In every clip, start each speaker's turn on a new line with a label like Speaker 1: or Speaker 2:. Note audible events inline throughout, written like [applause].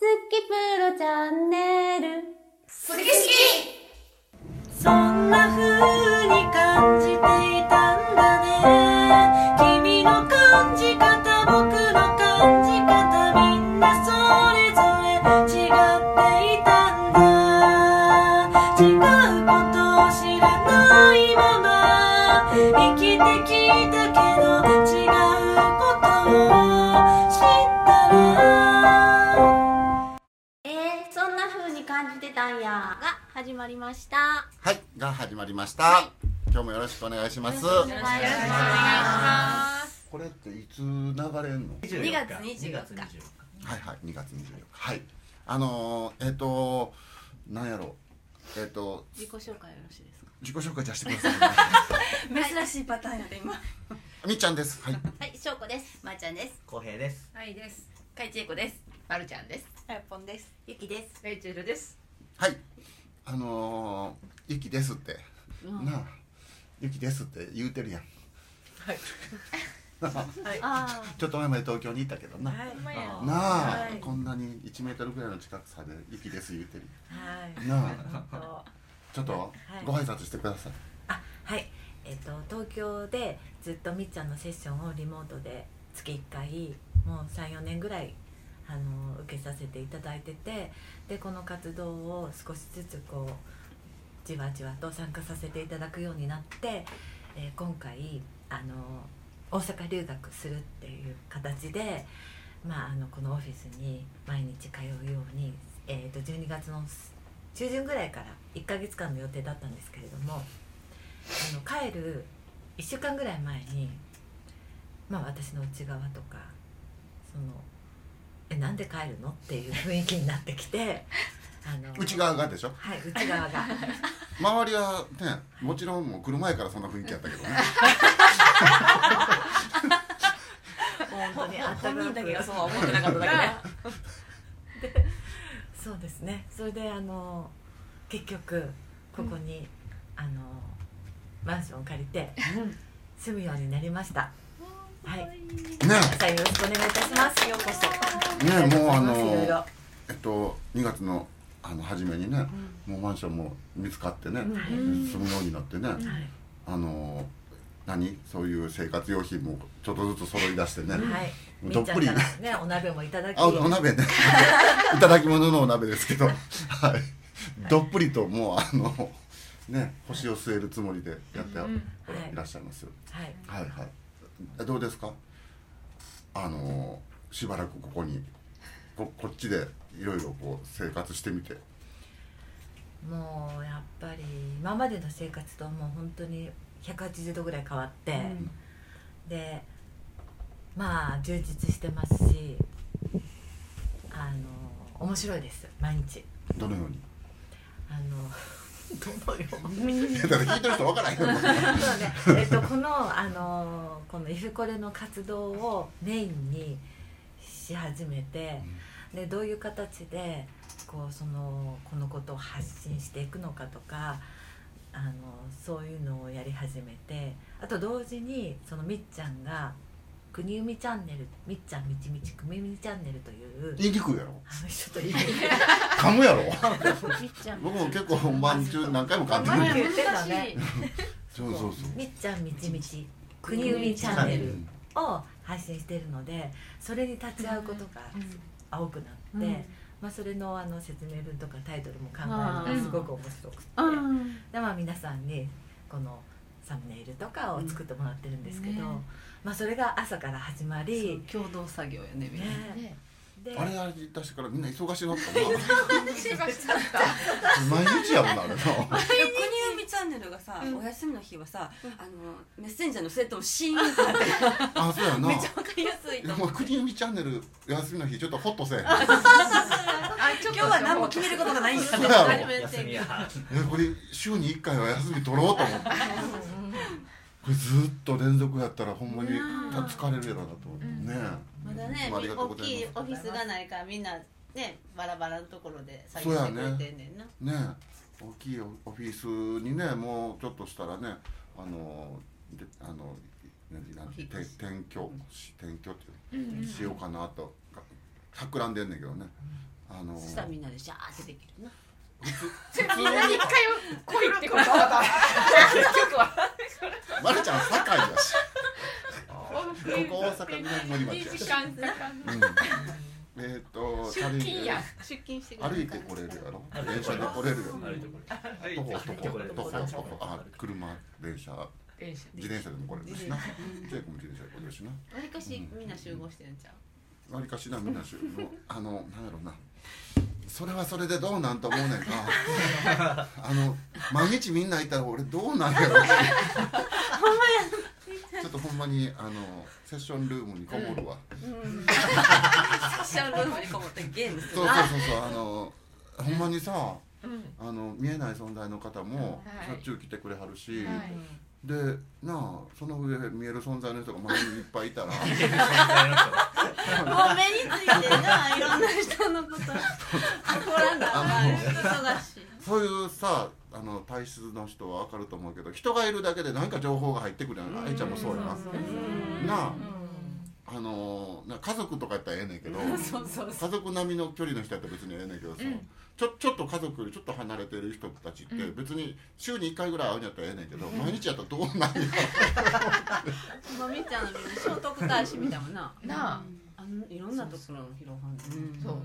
Speaker 1: きプロチャンネル」
Speaker 2: 好き好き
Speaker 3: そんな風に感じていたんだね君の感じ方僕の感じ方みんなそれぞれ違っていたんだ違うことを知らないまま生きてきたけど違うことを知ったら
Speaker 1: えー、そんな風に感じてたんやが始まりました
Speaker 4: はい、が始まりました、今日もよろしくお願いしますこれっていつ流れんの
Speaker 2: 2月24日
Speaker 4: はいはい、2月24日はいあのー、えっ、となんやろうえっ、と
Speaker 1: 自己紹介よろしいですか
Speaker 4: 自己紹介じゃしてください、
Speaker 5: 珍しいパターンやで今
Speaker 4: みっちゃんですはい
Speaker 1: はい、しょうこですまー、ちゃんです
Speaker 6: 公平です。
Speaker 5: はいです
Speaker 2: かいちえこですまるちゃんです
Speaker 5: あやぽんです
Speaker 2: ゆきですレイチェルです
Speaker 4: はいあのー、ゆきですって、なあゆきですって言うてるやん
Speaker 2: はい
Speaker 1: あ
Speaker 4: ちょっと前まで東京にいたけどな、
Speaker 2: いはい
Speaker 4: なあ、
Speaker 2: はい
Speaker 4: こんなに1メートルぐらいの近く差で「ゆきです」言うてるな
Speaker 2: は
Speaker 4: あ
Speaker 2: いと
Speaker 4: ちょっと
Speaker 7: い
Speaker 4: ご挨拶してください
Speaker 7: あはいえっ、と東京でずっとみっちゃんのセッションをリモートで月1回もう34年ぐらいあの受けさせていただいててでこの活動を少しずつこうじわじわと参加させていただくようになって、えー今回あの大阪留学するっていう形で、まあ、あのこのオフィスに毎日通うように、えー、と12月の中旬ぐらいから1ヶ月間の予定だったんですけれども。あの帰る1週間ぐらい前に、まあ、私の内側とかそのえなんで帰るのっていう雰囲気になってきてあの
Speaker 4: 内側がでしょ
Speaker 7: はい内側が
Speaker 4: 周りはねもちろんもう来る前からそんな雰囲気やったけ
Speaker 7: [laughs]
Speaker 4: どね
Speaker 7: 本当にあった
Speaker 2: 本
Speaker 7: か
Speaker 2: 人だけが
Speaker 7: く
Speaker 2: そうは思ってなかっただけ
Speaker 7: そうですねそれであの結局ここに、あのマンションを借りて住むようになりました、はい
Speaker 4: ね
Speaker 7: 皆さんよろしくお願いいたしますようこそ
Speaker 4: ねもうあの
Speaker 7: いろいろ
Speaker 4: えっと2月のあの初めにね、もうマンションも見つかってね、住むようになってね、あの何そういう生活用品もちょっとずつ揃い出してね、
Speaker 7: はいみ
Speaker 4: どっ
Speaker 7: っちゃ
Speaker 4: ぷ
Speaker 7: ん
Speaker 4: り
Speaker 7: からねお鍋もいただき
Speaker 4: あお鍋ね [laughs] いただき物のお鍋ですけど、はい、どっぷりともうあのね星を据えるつもりでやって、ほら
Speaker 7: はい
Speaker 4: いらっしゃいますよ
Speaker 7: はい
Speaker 4: はいはいえどうですかあのしばらくここにここっちでいろいろこう生活してみて
Speaker 7: もうやっぱり今までの生活ともう本当に180度ぐらい変わって、でまあ充実してますしあの面白いです毎日
Speaker 4: どのように
Speaker 7: あのどのように
Speaker 4: だって聞いてる人分からへんよ
Speaker 7: [laughs] そうね、えっと、この、あの、このイフコレの活動をメインに。し始めて、で、どういう形で、こう、その、このことを発信していくのかとか。あの、そういうのをやり始めて、あと同時に、そのみっちゃんが。くにうみチャンネル、みっちゃんみちみちくみみチャンネルという。
Speaker 4: 言いにくいやろ
Speaker 7: あの、ちょっと [laughs] いい。
Speaker 4: 噛む
Speaker 5: [laughs]
Speaker 4: やろ
Speaker 1: ーみっちゃん
Speaker 4: 僕も結構本番中何回も噛んで
Speaker 7: あんま
Speaker 4: る
Speaker 7: り言ってたね。
Speaker 4: そうそうそう
Speaker 7: みっちゃんみちみち。くにうみチャンネル。を配信しているのでそれに立ち会うことが青くなって、まあ、それのあの説明文とかタイトルも考えるのがすごく面白くて、でまあ、皆さんにこのサムネイルとかを作ってもらってるんですけど、
Speaker 2: うんね
Speaker 7: まあ、それが朝から始まり、
Speaker 2: 共同作業やねみ
Speaker 7: ね
Speaker 2: ね
Speaker 7: で
Speaker 4: あれあれ出してからみんな忙しいなったな
Speaker 5: [laughs]
Speaker 4: 毎日やもんなあれな
Speaker 5: 国海チャンネルがさ、お休みの日はさ、あのメッセンジャーの生徒もシーンってなって [laughs]
Speaker 4: あそうやな
Speaker 5: めっちゃわかりやすい
Speaker 4: い
Speaker 5: と
Speaker 4: や
Speaker 5: 思
Speaker 4: も
Speaker 5: う
Speaker 4: うクリーミーチャンネル休みの日ちょっとホッとせえへん
Speaker 5: 今日は何も決めることがないんだ
Speaker 4: そうやろ
Speaker 6: 休みや。
Speaker 4: いやこれ週に1回は休み取ろうと
Speaker 1: [laughs]
Speaker 4: 思ってこれずっと連続やったらほんまにた疲れるやろなと思ってね
Speaker 1: まだね
Speaker 4: いつもありがとう
Speaker 1: 大
Speaker 4: ござい
Speaker 1: きいオフィスがないからみんなねバラバラのところで作業してくれてんねんな
Speaker 4: ますねえ大きいオフィスにねもうちょっとしたらねあのであの何何て転居し転居っていうのしようかなとが企んでんねんけどねあのあの
Speaker 2: そしたらみんなでシャーってできるな
Speaker 4: 普通に
Speaker 2: 来いってこと結局は
Speaker 4: まるちゃん堺やしここ大阪南森町やし、うん、えっと出勤や
Speaker 1: 出勤してくれ
Speaker 4: 歩い
Speaker 1: るか
Speaker 4: て
Speaker 1: ら
Speaker 4: これるやろ電車で来れるよ
Speaker 6: 歩いてこれれ
Speaker 4: 徒歩徒歩
Speaker 6: る
Speaker 4: 徒歩徒歩あ車電車
Speaker 2: 電車
Speaker 4: 自転車でも来れるしな稽古も自転車で来れるしな
Speaker 2: わりかしみんな集合してるんちゃう
Speaker 4: わりかしなみんなしもうあのなんやろうなそれはそれでどうなんと思うねん
Speaker 2: [laughs]
Speaker 4: かあの毎日みんないたら俺どうなんやろほんまやちょっとほんまにあのセッションルームにこもるわ、
Speaker 5: シャンルームにこもってゲームす
Speaker 4: そう
Speaker 5: る
Speaker 4: そうそうそうあのほんまにさ、あの見えない存在の方も
Speaker 2: は
Speaker 4: しょ
Speaker 2: い
Speaker 4: っちゅう来てくれはるし、
Speaker 2: はい
Speaker 4: でなあその上見える存在の人が周りにいっぱいいたら
Speaker 1: もう目についてないろんな人のこと怒らんだ
Speaker 4: あの
Speaker 1: 忙しい
Speaker 4: そういうさあの体質の人は分かると思うけど人がいるだけで何か情報が入ってくるやん愛ちゃんもそうやななああのーな家族とかやったらええねんけど家族並みの距離の人やったら別にええねんけどさ、ちょちょっと家族よりちょっと離れてる人たちって別に週に1回ぐらい会うんやったらええねんけど、毎日やったらどうなんや
Speaker 1: もみちゃんの目に
Speaker 2: 聖徳太子みたいもんななああのいろんなところの広範囲そう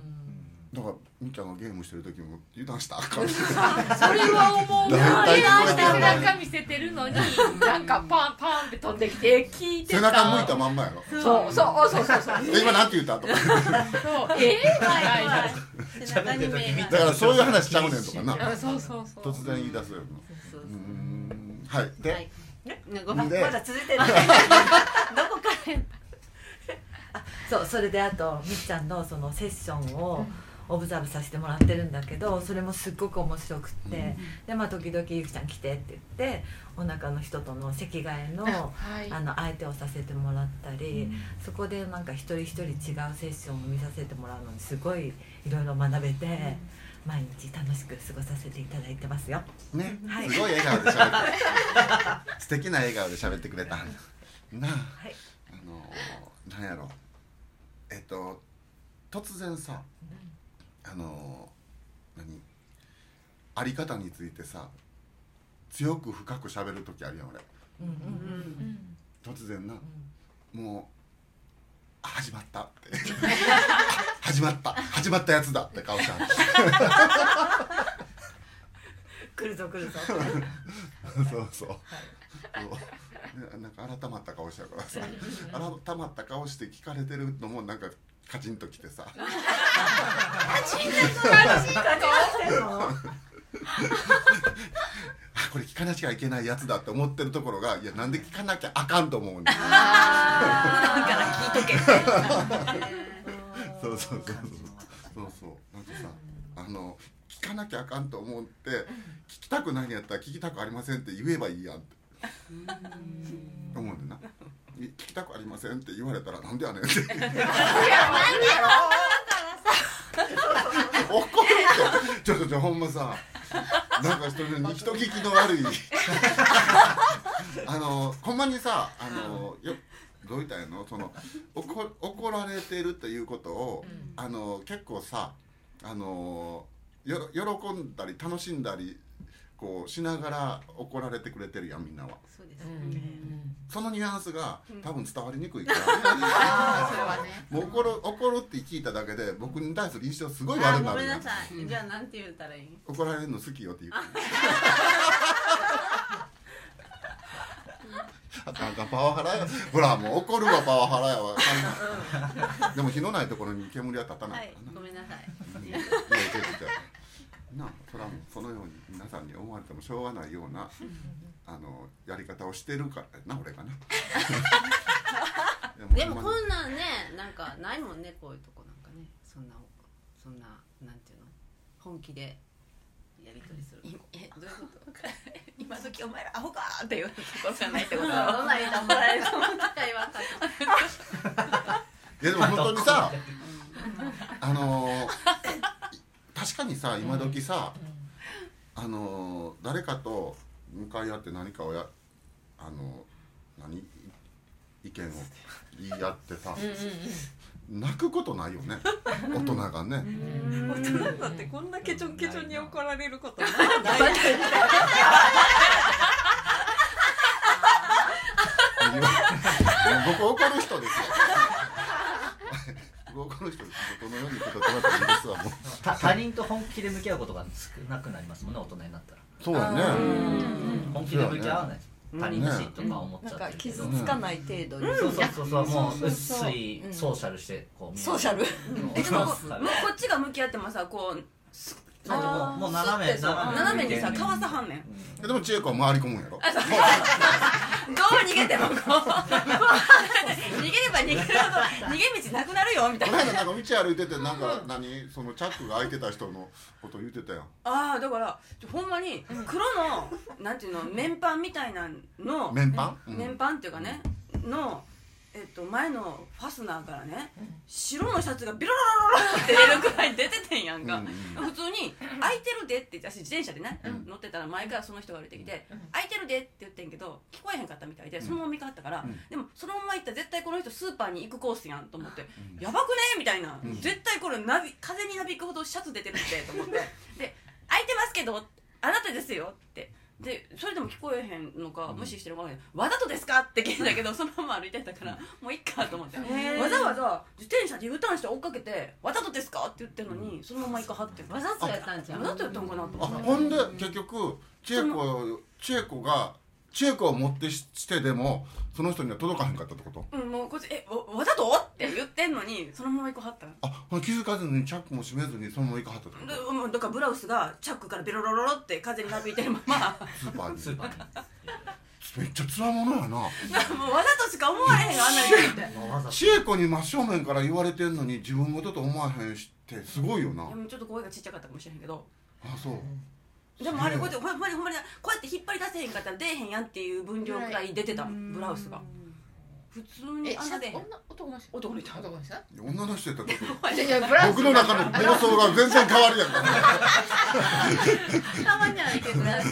Speaker 4: だからみっちゃんがゲームしてる時も油断したらあかん
Speaker 8: それは思う
Speaker 4: 大体聞こえて
Speaker 8: 背
Speaker 4: るや
Speaker 8: 中見せてるのになんかパンパンって飛んできて聞いて
Speaker 4: 背中向いたまんまやろ
Speaker 8: そうそうそうそうそう
Speaker 4: え今なんて言ったとか
Speaker 8: そうえー、みたいな
Speaker 1: 背中に目が
Speaker 4: だからそういう話ちゃうねんとかな
Speaker 8: あそうそうそう
Speaker 4: 突然言い出すような
Speaker 2: そう
Speaker 4: うーんはいで、
Speaker 2: はいねごめん
Speaker 4: で
Speaker 7: まだ続い
Speaker 2: [laughs]
Speaker 7: てるどこからそうそれであとみっちゃんのそのセッションをオブザーブさせてもらってるんだけどそれもすっごく面白くっ
Speaker 4: う
Speaker 7: て、
Speaker 4: ん
Speaker 7: でまあ時々ゆきちゃん来てって言ってお腹の人との席替えの
Speaker 8: はい
Speaker 7: あの相手をさせてもらったり、そこでなんか一人一人違うセッションを見させてもらうのにすごいいろいろ学べて、毎日楽しく過ごさせていただいてますよ。
Speaker 4: ね、
Speaker 7: はい
Speaker 4: すごい笑顔で喋って素敵な笑顔で喋ってくれたなあ、
Speaker 7: はい
Speaker 4: あのなんやろえっと突然さあの何あり方についてさ強く深く喋る時あるやん俺
Speaker 7: うんうん
Speaker 4: 突然な、もうあ始まったって [laughs] 始まった始まったやつだって顔した [laughs]
Speaker 7: 来るぞ来る [laughs] ぞ。
Speaker 4: そうそう。そうななんか改まった顔しちゃうからさ改まった顔して聞かれてるのもなんかカチンとき [laughs] てさあこれ聞かなきゃいけないやつだって思ってるところがいやなんで聞かなきゃあかんと思うんだよそうそうそうそうそうそうなんかさあの聞かなきゃあかんと思って聞きたくないんやったら聞きたくありませんって言えばいいやんって思うんだよない聞きたくありませんって言われたらなんでやねんって怒るってちょっとじゃほんまさなんか人の人聞きの悪 [laughs] いあのほんまにさあのよどう言ったんやのその怒怒られてるということを、あの結構さあのよ喜んだり楽しんだりこうしながら怒られてくれてるやんみんなは
Speaker 5: そうです
Speaker 4: そのニュアンスが多分伝わりにくい
Speaker 2: [laughs]
Speaker 4: から、
Speaker 2: それはね
Speaker 4: もう怒る怒るって聞いただけで僕に対する印象すごい悪く
Speaker 2: ご
Speaker 4: な
Speaker 2: め
Speaker 4: る
Speaker 2: ん
Speaker 4: や
Speaker 2: なんさいじゃあなんて言ったらいい
Speaker 4: 怒られるの好きよって言うあかんあかんパワハラやほらもう怒るわパワハラやわあかんなでも火のないところに煙は立た
Speaker 2: は
Speaker 4: ない
Speaker 2: い
Speaker 4: からな、
Speaker 2: ごめんなさい
Speaker 4: いやいやいやなあそれはもうそのように皆さんに思われてもしょうがないようなあのやり方をしてるからやな俺がな
Speaker 2: でも
Speaker 4: ほん
Speaker 2: こ
Speaker 4: まに
Speaker 2: んなんねなんかないもんねこういうとこなんかねそんなそんななんていうの本気でやり取りするえどういうこと
Speaker 5: 今時お前らアホかーって言うとこじゃないって
Speaker 2: ど
Speaker 5: こと
Speaker 2: ん
Speaker 5: は
Speaker 2: な言うたらもらえる [laughs] と思ったか今か
Speaker 4: いやでも本当にさあのー確かにさ今時さ、あのー誰かと向かい合って何かをやあのー何意見を言い合ってさ、泣くことないよ
Speaker 5: [laughs]
Speaker 4: ね大人がね
Speaker 5: 大人になってこんなケチョンケチョンに怒られることはない
Speaker 4: 僕怒る人ですよ [laughs] 僕怒る人ですどのように受け取ってもらってもいいですわもう
Speaker 6: た他人と本気で向き合うことが少なくなりますもんね大人になったら
Speaker 4: そうだね
Speaker 6: 本気で向き合わないです他人だしとか思っち
Speaker 5: なん
Speaker 6: ゃっ
Speaker 5: か
Speaker 6: てるけ
Speaker 5: 傷
Speaker 6: ど、
Speaker 5: つかない程度に、
Speaker 6: そうそうそうそうもう
Speaker 5: そうそうそう
Speaker 6: 薄いソーシャルしてこう
Speaker 5: ソーシ
Speaker 6: [laughs]
Speaker 5: ャ
Speaker 6: う
Speaker 5: ル
Speaker 6: ん
Speaker 5: えでも
Speaker 6: ソ
Speaker 5: こ
Speaker 6: ーシャル
Speaker 5: もうこっちが向き合ってもさこう
Speaker 6: なんてもうもう斜め
Speaker 5: スッてさ斜めにさ
Speaker 6: 向いて
Speaker 5: かわさ反面
Speaker 4: でも千恵子は回り込むんやろ
Speaker 5: どう逃げ [laughs] てもこう逃げれば逃げるほど逃げ道なくなるよみたい
Speaker 4: こ
Speaker 5: な
Speaker 4: の間なんか道歩いててなんか何そのチャックが開いてた人のこと言ってたよ
Speaker 5: ああだからちょほんまに黒のなんていうの面パンみたいなの
Speaker 4: 麺パン、うん
Speaker 5: 面パンっていうかねのえっと前のファスナーからね白のシャツがビロロロロロって出るくらい出ててんやんか、
Speaker 4: うん
Speaker 5: 普通に「空いてるで」って私自転車でね、乗ってたら前からその人が歩いてきて「空いてるで」って言ってんけど聞こえへんかったみたいでそのまま見かかったから、
Speaker 4: うん
Speaker 5: でもそのまま行ったら絶対この人スーパーに行くコースやんと思って「やばくね?」みたいな、
Speaker 4: ん
Speaker 5: 絶対これなび風になびくほどシャツ出てるってと思
Speaker 2: [laughs]
Speaker 5: ってで「空いてますけどあなたですよ」って。でそれでも聞こえへんのか無視してるのかわからないわざとですか?」って聞いたけどそのまま歩いてたからもういっかと思ってわざわざ自転車で U ターンして追っかけて「わざとですか?」って言ってるのにそのまま行かはってる
Speaker 2: わざとやったんじゃん
Speaker 5: わざとやったんかなと
Speaker 4: あ
Speaker 5: 思って
Speaker 4: ほんで結局千恵子千恵子が千恵子を持ってししてでもその人には届かへんかったってこと
Speaker 5: うんもうこっち「えわわざと?」って言ってんのにそのまま行こはった
Speaker 4: あほんで気づかずにチャックも閉めずにそのまま行かはったってこ [laughs]
Speaker 5: でうんだからブラウスがチャックからベロロロロって風になびいてるまま
Speaker 4: とスーパーに
Speaker 6: スーパーに
Speaker 4: めっちゃつわものやな
Speaker 5: もうわざとしか思われへんあんなに言って。
Speaker 6: わざと
Speaker 4: 千恵子に真正面から言われてんのに自分事と思わへんしってすごいよない
Speaker 5: やもうちょっと声がちっちゃかったかもしれへんけど
Speaker 4: あそう
Speaker 5: でもあれこうやってほんまにほんまにこうやって引っ張り出せへんかったら出えへんやんっていう分量くらい出てたブラウスが普通
Speaker 8: え、
Speaker 5: にあん
Speaker 8: シ
Speaker 5: な
Speaker 8: ャ
Speaker 5: 出
Speaker 8: ツ
Speaker 5: えへん
Speaker 8: 女男の人。
Speaker 5: 男の人
Speaker 8: 男の人。い
Speaker 4: 女の人やったら
Speaker 8: やいやブラウス
Speaker 4: 僕の中の妄想が全然変わるやんか
Speaker 2: たまにはけど違うか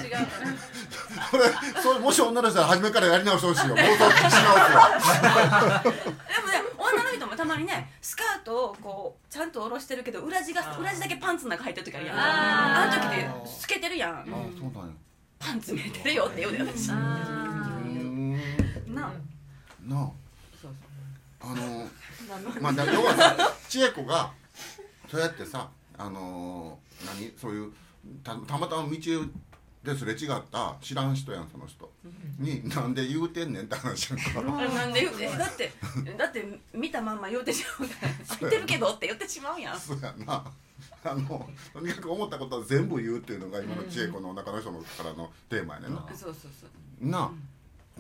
Speaker 4: これ [laughs] そうもし女の人は初めからやり直してほしいよ妄想し [laughs] 直すよ
Speaker 5: でもね女の人もたまにねスカートをこうちゃんと下ろしてるけど裏地が裏地だけパンツの中入ってる時あるやんあの時で透けてる
Speaker 4: あ
Speaker 5: やん
Speaker 4: そうなんや
Speaker 5: パンツ見えてるよって言うだよ私な
Speaker 4: うーん
Speaker 5: あ
Speaker 4: なあ
Speaker 5: そう
Speaker 4: あ
Speaker 5: [laughs]
Speaker 4: の
Speaker 5: そう
Speaker 4: まあだから要はさ千恵子がそうやってさあのー何そういうたたまたま道ですれ違った知らん人やんその人になんで言うてんねんって話やんか
Speaker 5: なんで言うえだってだって見たまんま言うてしまうから入ってるけどって言ってしまうやん
Speaker 4: そうやなあのとにかく思ったことは全部言うっていうのが今の千恵子の中の人のからのテーマやねんな、
Speaker 5: そうそうそう
Speaker 4: なあ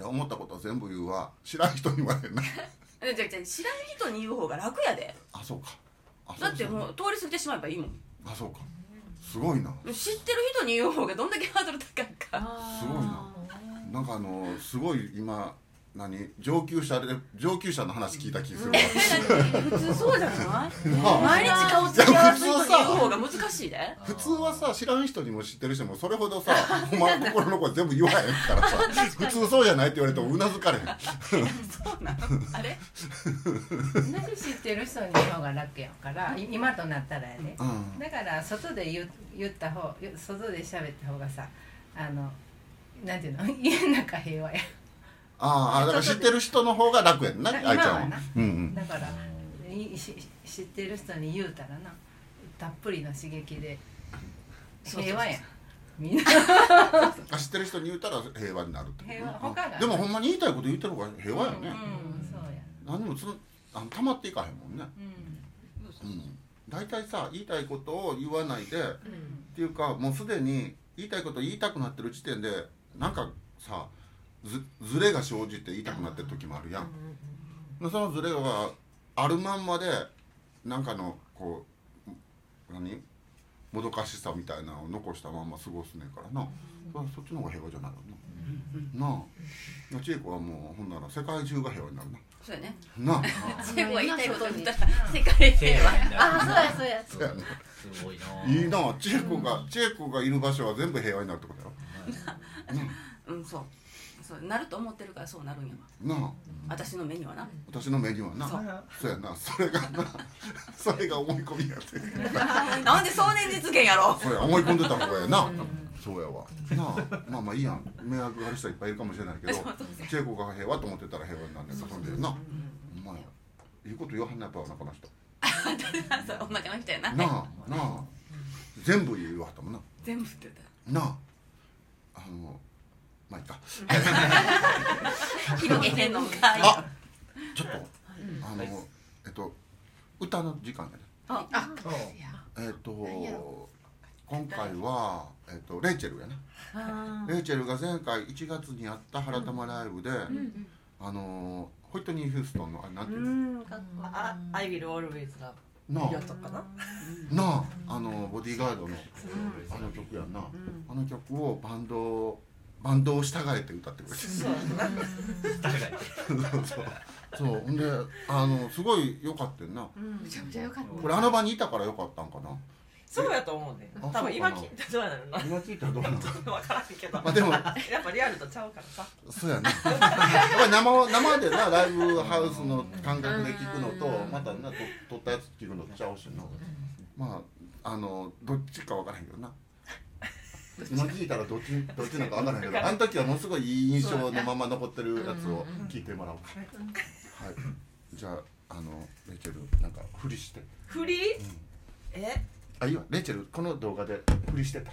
Speaker 4: 思ったことは全部言うは知らん人に言わへんな
Speaker 5: えじゃあじゃあ知らん人に言う方が楽やで
Speaker 4: あそうかあそう
Speaker 5: だっても
Speaker 4: そう
Speaker 5: 通り過ぎてしまえばいいもん
Speaker 4: うあそうかすごいな
Speaker 5: 知ってる人に言う方がどんだけハードル高いか
Speaker 4: すごいな。なんかあのすごい今何上級者で上級者の話聞いた気するわ。
Speaker 5: 普通そうじゃない
Speaker 4: なあ
Speaker 5: 毎日顔つき合わせる人に言う方が難しいで
Speaker 4: 普通はさ知らん人にも知ってる人もそれほどさ [laughs] お前心の声全部言わへんから
Speaker 8: [laughs]
Speaker 4: さ普通そうじゃないって言われてもうなずかれへん
Speaker 5: そうなのあれ
Speaker 8: 同じ知ってる人に言う方が楽やから、い今となったらやで。
Speaker 4: うん
Speaker 8: だから外で言う言った方、外で喋った方がさ、あのなんていうの、 [laughs] 家の中平和や。
Speaker 4: ああだから知ってる人の方が楽やんな
Speaker 8: 今は
Speaker 4: 愛ちゃんは
Speaker 8: な
Speaker 4: うんうん
Speaker 8: だからいし知ってる人に言うたらなたっぷりの刺激で平和やんみんな
Speaker 4: あ知ってる人に言うたら平和になるって
Speaker 8: 平和他が
Speaker 4: でもほんまに言いたいこと言ってる方が平和やね、
Speaker 8: うんそうや
Speaker 4: 何もつあの溜まっていかへんもんね
Speaker 8: うん
Speaker 4: うん大体さ言いたいことを言わないで、っていうかもうすでに言いたいこと言いたくなってる時点でなんかさずずれが生じて言いたくなってる時もあるやん、そのずれがあるまんまでなんかのこう何もどかしさみたいなのを残したまんま過ごすねんからな、それはそっちの方が平和じゃないよな、なあ千恵子はもうほんなら世界中が平和になる
Speaker 5: そうやね
Speaker 4: ななあ
Speaker 5: 最後は言いたいこと言ったら世界平和
Speaker 6: あ
Speaker 2: そうや
Speaker 4: そうやな
Speaker 6: すごいない
Speaker 4: いなあ千恵子が、千恵子がいる場所は全部平和になるってことだよ
Speaker 5: うんそうそうなると思ってるからそうなるんやわ
Speaker 4: なあ
Speaker 5: 私の目にはな
Speaker 4: 私の目にはな
Speaker 5: そ
Speaker 4: そううやなそれが [laughs] なそれが思い込みやって
Speaker 5: [laughs] なんで少年実現やろ
Speaker 4: それ思い込んでた方がやなそうやわなあまあまあいいやん迷惑がある人はいっぱいいるかもしれないけど稽古が平和と思ってたら平和になんねんかそんでなお前いいこと言わはんなやっぱなこの人
Speaker 5: そう [laughs] おまけの人やな
Speaker 4: なあなあ全部言わはったもんな
Speaker 5: 全部って言って
Speaker 4: なああのまあいいか [laughs]
Speaker 5: た広げへんのかい
Speaker 4: あちょっとあのえっと歌の時間やね
Speaker 5: あ
Speaker 4: えっと今回は、えっと、レイチェルやなレイチェルが前回1月にやった原玉ライブで、あのホイットニー・ヒューストンのあれなんていうの、
Speaker 9: あ、I will always love
Speaker 4: なあ
Speaker 9: やったかな。
Speaker 4: なああのボディーガードのあの曲やんな、あの曲をバンドバンドを従えて歌ってくれて
Speaker 9: そうやな。
Speaker 4: そうほんであのすごい良かったよな
Speaker 2: めちゃめちゃ良かっ
Speaker 4: これあの場にいたから良かったんかな
Speaker 9: そうやと思うね
Speaker 4: あ。
Speaker 9: 多分今
Speaker 4: そう
Speaker 9: 聞いたどうやろな。 [laughs]
Speaker 4: 今聞いたらどうなの
Speaker 9: わからんけど。
Speaker 4: まあでも
Speaker 9: やっぱリアルとちゃうからさ。
Speaker 4: そうやなやっぱり生生でなライブハウスの感覚で聞くのとまたなと撮ったやつ聞くのとちゃうしなまああのどっちか分からへんけどな今聞いたらどっちどっちなんか分からへんけどあの時はものすごいいい印象のまま残ってるやつを聞いてもらおうかはいじゃああのレイチェルなんかふりして
Speaker 9: フリー？え？
Speaker 4: あいいわレイチェルこの動画でふりしてた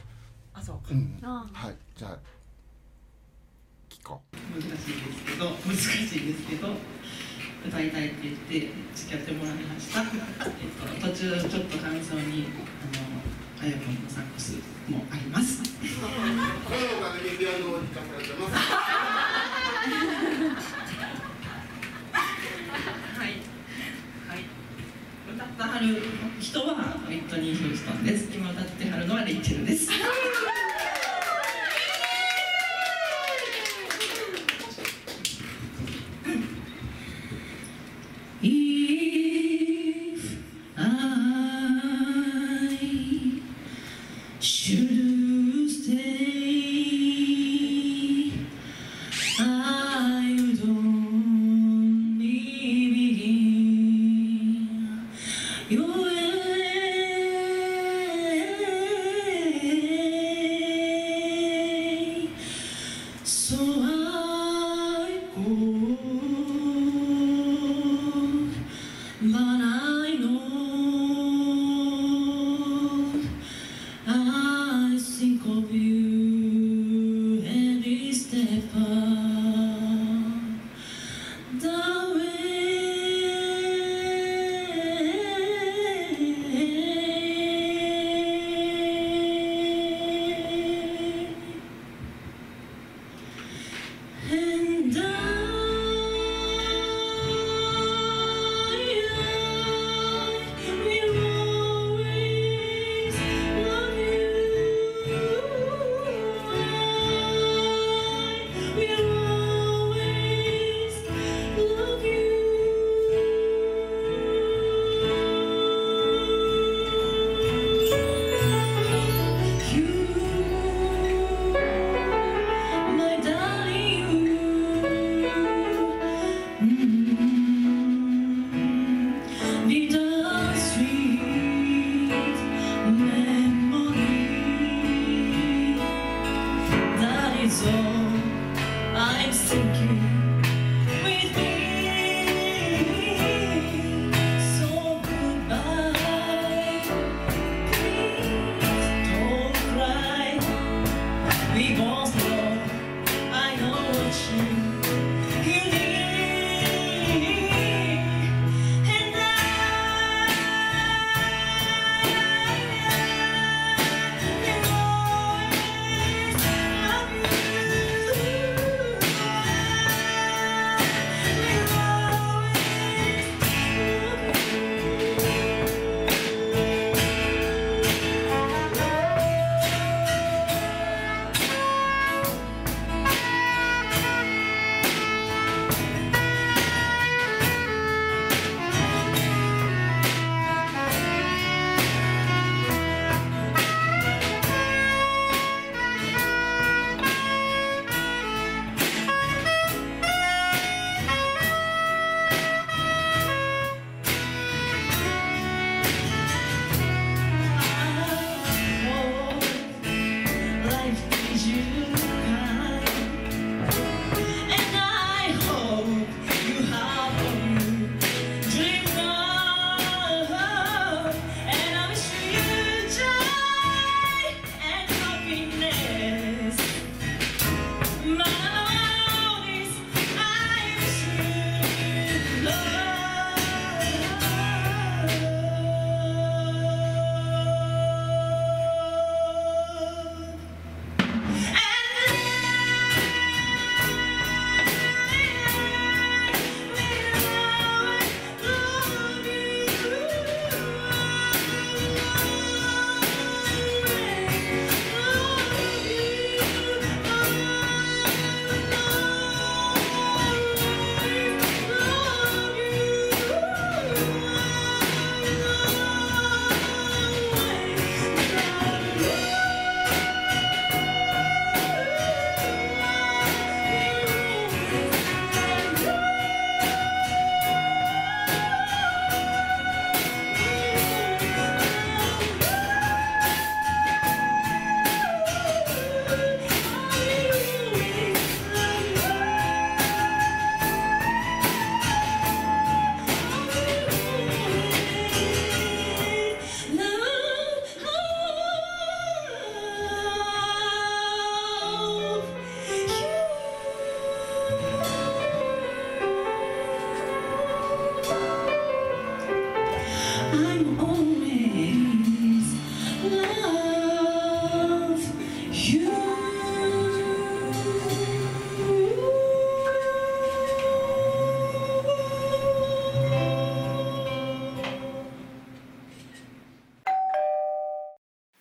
Speaker 9: あ、そうか。
Speaker 4: うんはいじゃあ聞こう
Speaker 10: 難しいですけど難しいですけど歌いたいって言って付き合ってもらいました、えっと、途中ちょっと感想にあのあやぽんのサックスもあります
Speaker 4: このおかげでピアノを聞かされてます
Speaker 10: はいはい歌ってはる人はウィットニー・ヒューストンです今歌ってはるのはレイチェルです「If I should stay, I would only begin your way." So I go, but I know I think of you every step of the way. And I will always love you. will always love you. You. My darling, you need a Mm-hmm. sweet memory. That is all I'm thinking with me. So goodbye, please don't cry. We both know I know what you you need, and I will always love you.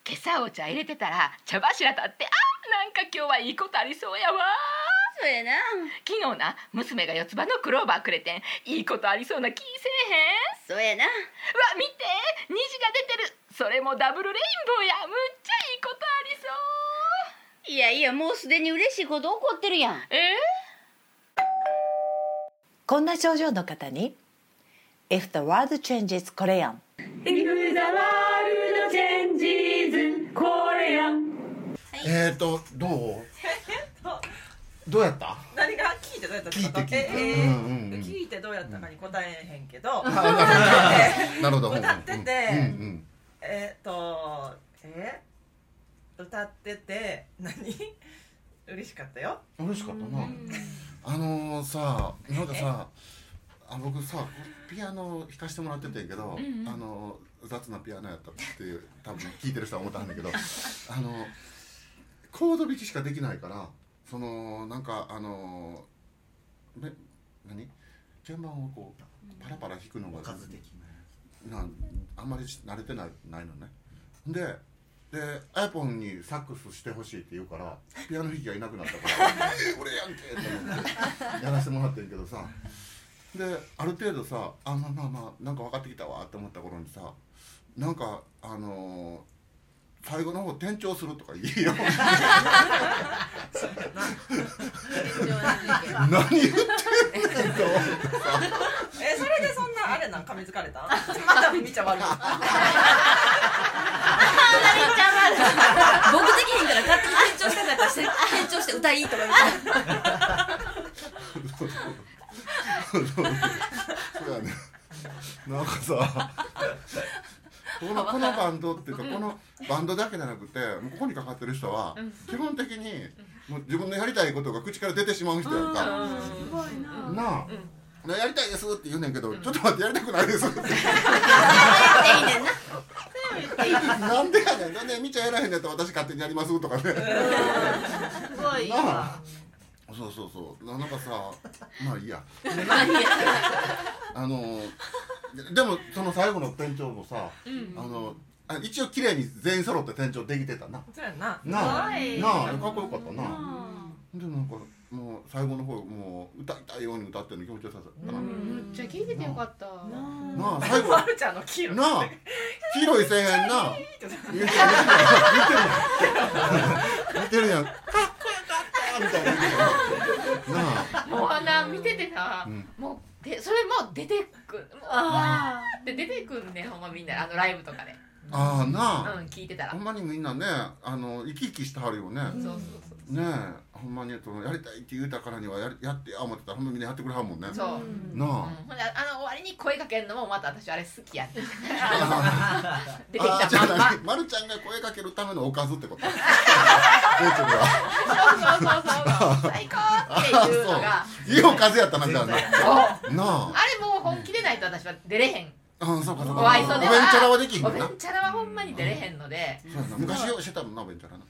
Speaker 11: 今朝お茶入れてたら茶柱立ってあーなんか今日はいいことありそうやわそうやな昨日な娘が四つ葉のクローバーくれてんいいことありそうな気せえへんそうやなわ見て虹が出てるそれもダブルレインボーやむっちゃいいことありそう
Speaker 12: いやいやもうすでに嬉しいこと起こってるやん
Speaker 11: え
Speaker 13: こんな症状の方に If the world changes これやん
Speaker 3: If the world changes これやん
Speaker 4: えっ、ー、と
Speaker 9: [laughs]
Speaker 4: どうどうやった
Speaker 9: 何が聞いてどうやった聞い
Speaker 4: て聞いて
Speaker 9: ええ
Speaker 4: うんうんうん
Speaker 9: 聞いてどうやったかに答えへんけど、
Speaker 4: ん
Speaker 9: 歌って
Speaker 4: [laughs]
Speaker 9: て
Speaker 4: なるほど
Speaker 9: 歌ってて、
Speaker 4: うんうん
Speaker 9: えーっとえ歌ってて何 [laughs] 嬉しかったよ
Speaker 4: 嬉しかったなあのーさなんかさあ僕さピアノ弾かしてもらっててんけど、
Speaker 9: うんうん
Speaker 4: あのー雑なピアノやったっていう多分聞いてる人は思ったんだけど [laughs] あのーコード弾きしかできないからそのなんかあのーめ何鍵盤をこうパラパラ弾くのが数的なんあんまり慣れてないないのねででアイポンにサックスしてほしいって言うからピアノ弾きがいなくなったから「えー俺やんけ!」と思ってやらせてもらってんけどさである程度さあまあまあまあなんか分かってきたわって思った頃にさなんかあのー最後の方転調するとか言えよ何言ってんのと思ってさ
Speaker 9: えそれでそんなあれなん噛みつかれたまた耳ちゃ悪い
Speaker 5: 僕できへんから勝手に緊張したかったらして緊張して歌いいとか言って
Speaker 4: [laughs] そうそうそうやねなんかさこのこのバンドっていうかこのバンドだけじゃなくてもうここにかかってる人は基本的にもう自分のやりたいことが口から出てしまう人やんかなあ、なやりたいですって言うねんけど、ちょっと待ってやりたくないですってなんでやねんなんでみーちゃんやらへんのやったら私勝手にやりますとかね
Speaker 3: すごい
Speaker 4: なあそうそうそうななんかさまあいいやあのででもその最後の店長もさ、
Speaker 9: うん
Speaker 4: あのあ一応綺麗に全員揃って店長できてたな
Speaker 9: そうやな
Speaker 4: なあ
Speaker 9: すごい
Speaker 4: なあかっこよかったな、でもなんかもう最後の方もう歌いたいように歌ってるの気持ちよさそうだな、
Speaker 14: むっちゃ聞いててよかった
Speaker 4: なあ最後
Speaker 9: まるちゃんの黄色
Speaker 4: なあ黄色いせえへんな見てる見てるやん見てるやんかっこよかったみたいななあ
Speaker 14: もうあんな見ててさ、
Speaker 4: うん
Speaker 14: もうでそれもう出てくもうあで出てくんねほんまみんなあのライブとかで
Speaker 4: ああなあ、
Speaker 14: うん聞いてたら
Speaker 4: ほんまにみんなねあの生き生きしてはるよね、
Speaker 14: そうそう
Speaker 4: ねえほんまにそのやりたいって言うたからにはやりやってや思ってたらほんまみんなやってくれはんもんね
Speaker 14: そう
Speaker 4: なあ、
Speaker 14: うんほんであの終わりに声かけるのもまた私あれ好きやって出てき
Speaker 4: あーじゃあ
Speaker 14: たまんま
Speaker 4: 何まるちゃんが声かけるためのおかずって
Speaker 14: [laughs]
Speaker 4: ことレイチェル
Speaker 14: そうそうそうそう
Speaker 4: は
Speaker 14: 最高っていうのが
Speaker 4: あそういいおかずやったなじゃあなな
Speaker 14: あ
Speaker 4: あ
Speaker 14: れもう本気でないと私は出れへん
Speaker 4: あそうかそうか
Speaker 14: お愛想では
Speaker 4: お弁ちゃらはできん
Speaker 14: お
Speaker 4: もんな
Speaker 14: 弁ちゃらはほんまに出れへんので
Speaker 4: そうやな昔ようしてたもんなお弁ちゃらな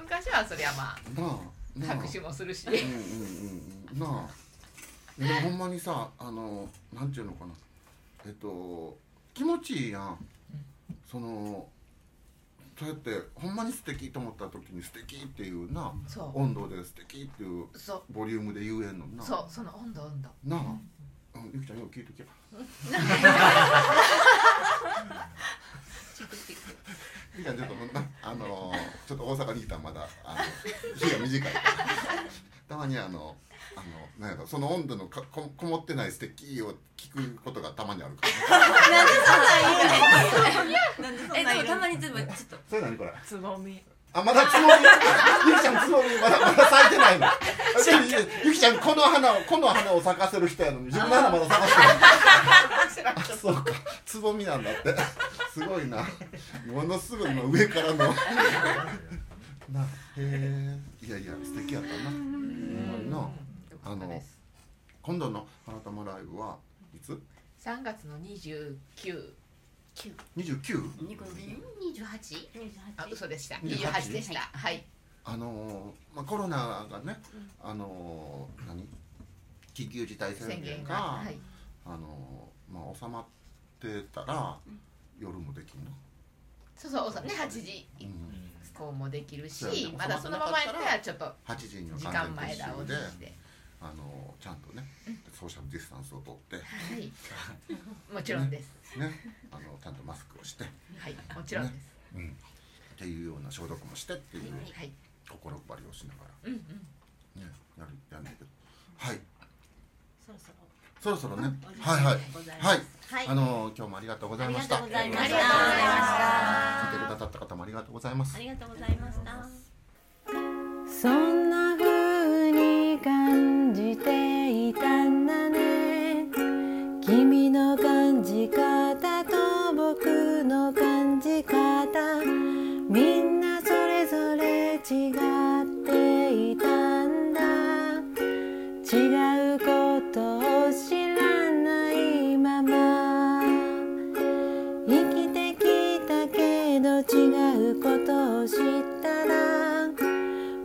Speaker 14: 昔はそりゃまあ
Speaker 4: なあなあ
Speaker 14: 拍手もするし
Speaker 4: うんうんうんうんなあでもほんまにさあのなんていうのかなえっと気持ちいいやんそのそうやってほんまに素敵と思った時に素敵っていうな
Speaker 14: そう
Speaker 4: 温度で素敵っていう
Speaker 14: そう
Speaker 4: ボリュームで言えんのな
Speaker 14: そうその温度温度
Speaker 4: なあ、うん、ゆきちゃんよく聞いときゃゆきちゃんちょっともうなあ
Speaker 14: [laughs]
Speaker 4: のちょっと大阪にいたらまだあの日が短い [laughs] たまにあのあのなんやろその温度のかここもってない素敵を聞くことがたまにあるから
Speaker 5: なんでそんなん言うのえでもたまに全部ちょっと
Speaker 4: それ何これ
Speaker 9: つぼみ
Speaker 4: あまだつ [laughs] ぼみゆきちゃんつぼみまだまだ咲いてないのゆきちゃんこの花をこの花を咲かせる人や [laughs] のに自分の花まだ咲かせてない [laughs] あそうかつぼみなんだってすごいなものすごい今上からのなへえいやいや素敵やったなほんまになあの今度の花玉ライブはいつ
Speaker 14: 3月の29
Speaker 4: 29
Speaker 14: 28? あ嘘でした
Speaker 4: 28
Speaker 14: 28でしたはい
Speaker 4: あのーまあ、コロナがね、あのー何緊急事態宣言が
Speaker 14: 宣言がはい
Speaker 4: あのーまあ、収まってたら、夜もできんの
Speaker 14: そうそうおさね8時以降もできるし、
Speaker 4: そうやね
Speaker 14: まだそのままやったらちょっと
Speaker 4: 8時には
Speaker 14: 時
Speaker 4: 完
Speaker 14: 間
Speaker 4: 全
Speaker 14: 前
Speaker 4: 撤収
Speaker 14: 倒し
Speaker 4: で
Speaker 14: して
Speaker 4: あのちゃんとねソーシャルディスタンスをとって、
Speaker 14: はいもちろんです、
Speaker 1: [laughs]
Speaker 4: ねあのちゃんとマスクをして、
Speaker 14: はいもちろんです、
Speaker 4: ねうん、っていうような消毒もしてっていう
Speaker 14: はい
Speaker 4: 心配りをしなが
Speaker 14: うんうん
Speaker 4: ら、ね、やるやんだけどはい
Speaker 1: そろそろ
Speaker 4: そろそろね
Speaker 1: お時間
Speaker 4: はいはい
Speaker 1: でございます
Speaker 4: はい、
Speaker 1: はい
Speaker 4: あの今日もありがとうございました
Speaker 1: ありがとうございました
Speaker 4: 聞いてくださった方もありがとうございます
Speaker 1: ありがとうございました
Speaker 3: そんな風に感じていたんだね君の感じ方と僕の感じ方みんなそれぞれ違っていたんだ違うことを知らないまま生きてきたけど違うことを知ったら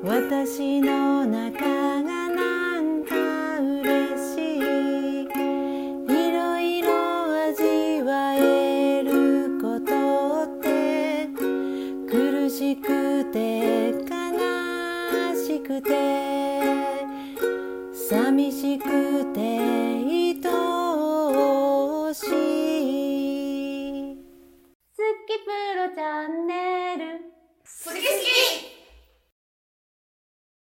Speaker 3: 私の中がなんか嬉しいいろいろ味わえることって苦しくて悲しくて寂しくて愛おしい